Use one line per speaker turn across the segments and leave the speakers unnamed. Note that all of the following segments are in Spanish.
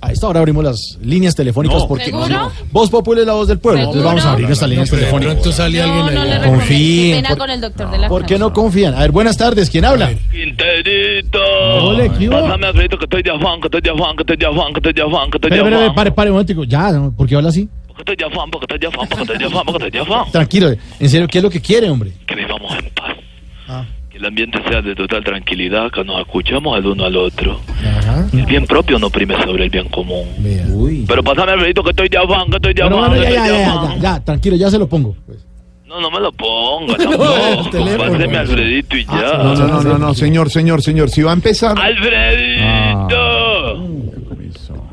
A esta hora abrimos las líneas telefónicas
No.
porque
¿Seguro?
Voz Popular es la voz del pueblo. Entonces
¿Seguro?
vamos a abrir nuestras líneas telefónicas.
pronto sale
No,
alguien
no
ahí.
le recomiendo.
Confíen,
Pena
por-
con el doctor de la
¿Por qué
casa.
no confían? A ver, buenas tardes. ¿Quién habla?
Quinterito.
Ole, ¿qué hubo?
Pásame a Alfredito que estoy de afán, que estoy de afán, que estoy de afán, que estoy de afán, que estoy de
Espere, espere,
afán.
pare, pare un momentico. Ya, ¿no? ¿por qué habla así?
Que estoy de afán, porque estoy de afán, porque estoy de afán, porque estoy de afán.
Tranquilo, en serio, ¿qué es lo que quiere, hombre?
Que vivamos en paz.
Ah.
Que el ambiente sea de total tranquilidad, que nos escuchemos el uno al otro.
Ajá.
El bien propio no prime sobre el bien común.
Vea. Uy.
Pero pásame Alfredito que estoy de afán, que estoy de
Bueno,
afán,
bueno,
que
ya, ya,
estoy de
ya,
afán.
ya, ya, tranquilo, ya se lo pongo.
No, no me lo ponga,
el
tampoco.
teléfono. Ah,
Páseme a Alfredito y Ah, ya.
No, no, no, no, no, señor, señor, señor. Si va a empezar,
Ah.
¡Alfredito!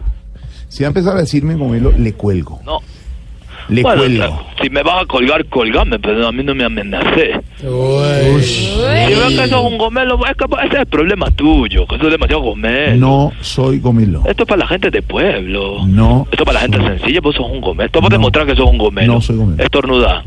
si va a empezar a decirme gomelo, le cuelgo.
No.
Le
Bueno,
cuelgo.
si me vas a colgar, colgame, pero a mí no me amenacé. Si ves que sos un gomelo, es que ese es el problema tuyo, que sos demasiado gomelo.
No soy gomelo.
Esto es para la gente de pueblo.
No.
Esto es para la gente sencilla, vos sos un gomelo. Esto es para
No.
demostrar que sos un gomelo.
No soy gomelo.
Estornuda.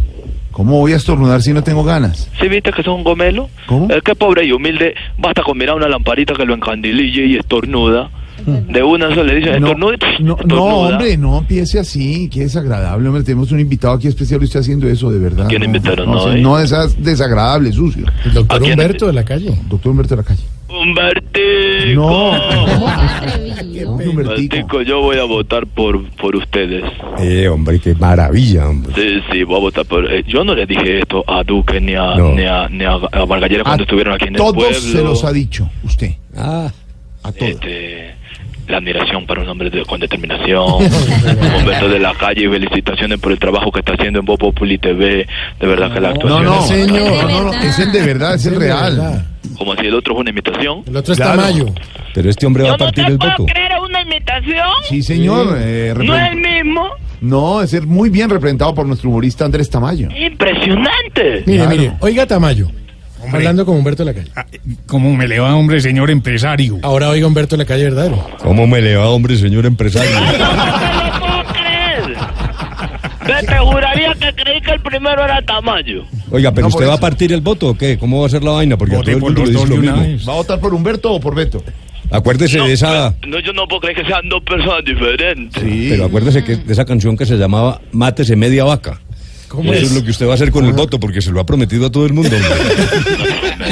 ¿Cómo voy a estornudar si no tengo ganas?
¿Sí viste que sos un gomelo?
¿Cómo?
Es que pobre y humilde, basta con mirar una lamparita que lo encandilille y estornuda. De una eso le dicen
No,
estornuda. y pff,
no, no,
estornuda.
hombre, no empiece así, que desagradable, hombre. Tenemos un invitado aquí especial y usted haciendo eso, de verdad.
¿Quién
no,
invitaron?
No,
No,
sí,
eh.
no, esas desagradable, sucio.
El doctor
¿A quién?
Humberto de la calle.
Doctor Humberto de la calle.
Humbertico.
No. Humbertico.
Humbertico, yo voy a votar por, por ustedes.
Eh, hombre, qué maravilla, hombre.
Sí, sí, voy a votar por... eh, yo no le dije esto a Duque ni a,
No.
ni a, ni a, a Margallera
A
cuando estuvieron aquí en el pueblo.
Ah, todos se los ha dicho usted.
Ah,
A todos.
Este, la admiración para un hombre de- con determinación, Humberto de la calle y felicitaciones por el trabajo que está haciendo en Voz Populi TV. De verdad que la
No,
actuación
no,
es-
señor,
De
no, no,
verdad.
es el de verdad, es el
De
real.
verdad.
como si el otro es una imitación.
El otro es
Claro.
Tamayo.
pero este hombre va a partir el boco.
creer una imitación.
Sí, señor. eh, repre-
mismo.
no, es ser muy bien representado por nuestro humorista Andrés Tamayo.
Impresionante.
Mire,
Claro.
mire, oiga Tamayo. Hablando con Humberto de la calle.
¿Cómo me le va, hombre, señor empresario?
Ahora oiga Humberto de la calle, ¿verdadero?
¿Cómo me le va, hombre, señor empresario?
Ah, No te lo puedo creer. Ve, Te juraría que creí que el primero era Tamayo.
Oiga, pero
No, por
usted va a
eso.
partir el voto o qué? ¿Cómo va a ser la vaina? Porque a todo
Voté
el
por
mundo le
los
dice
dos de
lo
una
mismo.
vez.
¿Va a votar por Humberto o por Beto?
Acuérdese de esa,
pero- no, yo no puedo creer que sean dos personas diferentes.
Sí.
pero acuérdese que de esa canción que se llamaba Mátese media vaca. Pues
¿Cómo
Eso
es?
es
Pues.
lo que usted va a hacer con el voto porque se lo ha prometido a todo el mundo. hombre.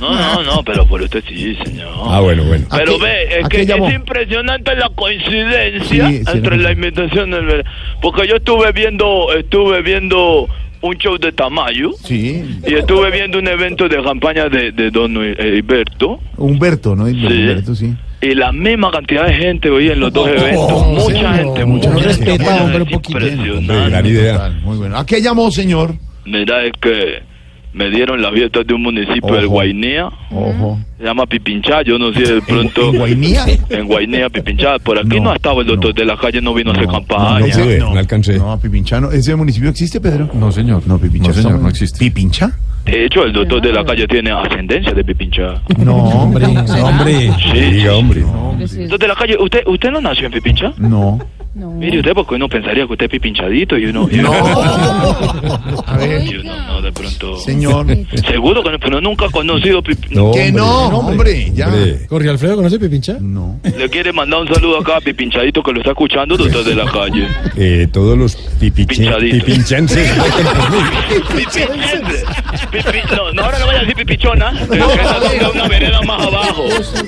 No, no, no, pero por usted sí, señor.
ah, bueno, bueno.
¿A
Pero
qué-
ve, es
a
que
qué llamó?
es impresionante la coincidencia
Sí, sí,
entre
no.
la imitación del ver- Porque yo estuve viendo, estuve viendo un show de Tamayo
Sí,
y estuve viendo un evento de campaña de, de Don eh, Hilberto.
Humberto, ¿no? Humberto, sí. Oh,
Y la misma cantidad de gente hoy en los dos eventos. mucha
señor.
gente,
Mucha
mucha
gente.
gente.
Respeta,
mucha
hombre,
gente,
un poquito.
impresionante.
Gran idea.
Total, Muy bueno. ¿A qué llamó, señor?
Mira, es que me dieron las fiestas de un municipio
Ojo.
del Guainía.
Ojo.
Se llama Pipinchá, yo no sé de pronto.
¿En Guainía?
En Guainía, Pipinchá. Por aquí
No,
no, ha estado el doctor
no.
de la calle, no vino a hacer
no,
campaña.
no. pude, alcancé.
No, Pipinchano. ¿Ese municipio existe, Pedro?
No, señor.
No, Pipincha.
No, señor,
está-
no existe.
¿Pipincha?
De hecho, el doctor de la calle tiene ascendencia de Pipinchá.
No, hombre.
Hombre, diga, hombre.
Doctor de la calle, ¿usted usted no nació en Pipinchá?
No.
Mire usted, porque uno pensaría que usted es pipinchadito y uno. y uno-
A ver,
y uno no, de pronto.
señor.
Seguro que no, pero nunca ha conocido Pipinchá.
No,
Que no, hombre,
hombre,
ya.
hombre.
¿Corre Alfredo conoce Pipincha?
No.
Le quiere mandar un saludo acá a Pipinchadito que lo está escuchando, doctor de la calle.
Eh, todos los pipiche-
Pinchaditos.
pipinchenses voten por mí.
Pipichense. Pipi- No, no, ahora no vaya a decir pipichona. que esa es una vereda más abajo. Esa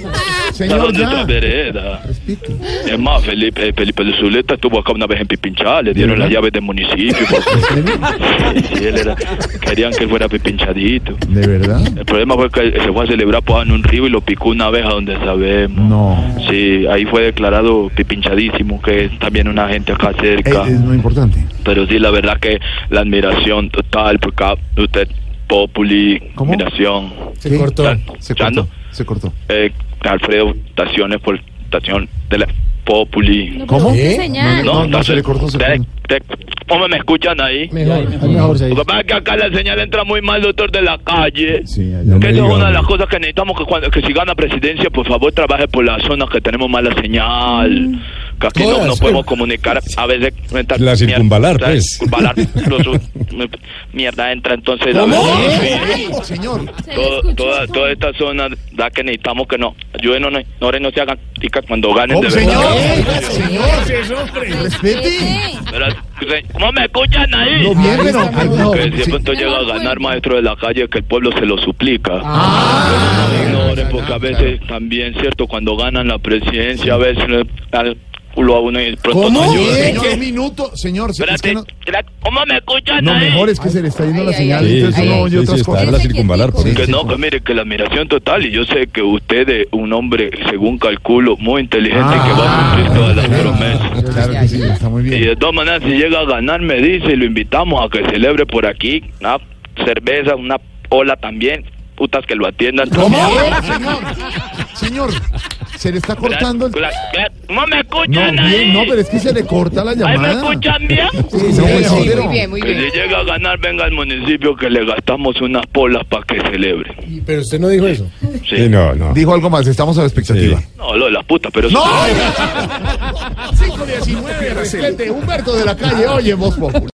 es
Señor,
otra
ya.
vereda.
Respete.
Es más, Felipe, eh, Felipe de Zuleta estuvo acá una vez en Pipinchá, le dieron las llaves del municipio. porque- Sí, sí, él era- querían que él fuera pipinchadito.
¿De verdad?
El problema fue que él se fue a celebrar pues, en un río y lo picó una abeja donde sabemos.
No.
Sí, ahí fue declarado pipinchadísimo, que es también una gente acá
Eh,
cerca.
es muy importante.
Pero sí, la verdad que la admiración total, porque acá usted, Populi,
¿Cómo?
admiración.
Se
¿Qué?
cortó.
Claro.
Se
¿Chando?
cortó. Se cortó.
Eh, Alfredo, estaciones por estación de la Populi.
¿Cómo?
¿Eh?
Señal.
No, no, se le cortó, se le
ustedes-
cortó.
ustedes- ¿Cómo me escuchan ahí?
Mejor, ahí mejor se
Lo que
dice.
pasa es que acá la señal entra muy mal, doctor, de la calle.
Sí, allá.
No
Que
me
eso
diga,
es una de las
hombre.
cosas que necesitamos que cuando que si gana presidencia, por favor, trabaje por las zonas que tenemos mala señal. Que aquí no
Todas.
nos podemos comunicar a veces. entra-
La
mier-
circunvalar,
la
pues.
circunvalar, los- mierda, entra entonces. a veces-
Sí, Señor.
todo- toda, toda esta zona da que necesitamos que no ayuden no, no, no se hagan ticas cuando ganen de verdad.
Señor, señor, respete.
Pero, se- ¿Cómo me escuchan ahí?
No, bien, pero ay, no,
que
sí.
siempre entonces llega a ganar maestro de la calle que el pueblo se lo suplica.
Ah.
Pero no ignoren, porque a veces también, ¿cierto? Cuando ganan la presidencia, a veces le- al culo a uno y pronto
¿Cómo?
no ayuda.
Señor, un minuto, señor. se- es
Espérate,
que no,
crack, ¿cómo me escuchan eh?
no,
ahí?
mejor es que se le está yendo la señal,
Sí,
entonces uno
sí,
oye
sí,
otras
está en
cosas.
la circunvalar, por
Sí,
eso.
Que no, que mire, que la admiración total, y yo sé que usted es un hombre, según calculo, muy inteligente y que
Ah.
va a cumplir todas las promesas.
Claro que sí, está muy
Y
bien.
de todas maneras, si llega a ganar, me dice y lo invitamos a que celebre por aquí una cerveza, una ola también, putas que lo atiendan.
¿Cómo? Señor, se le está cortando el...
¿Cómo me
No,
escuchan
bien,
ahí?
no, pero es que se le corta la
¿Ahí me
llamada.
escuchan bien?
Sí, no,
Sí,
mejor,
sí,
pero-
muy bien.
Que si llega a ganar, venga al municipio que le gastamos unas polas para que celebre.
Y- Pero usted no dijo eso.
Sí.
Sí, no, no.
Dijo algo más, estamos a la expectativa.
Sí.
No, lo de las putas, pero...
¡No! 519, respete, Humberto de la calle, oye, Voz Populi.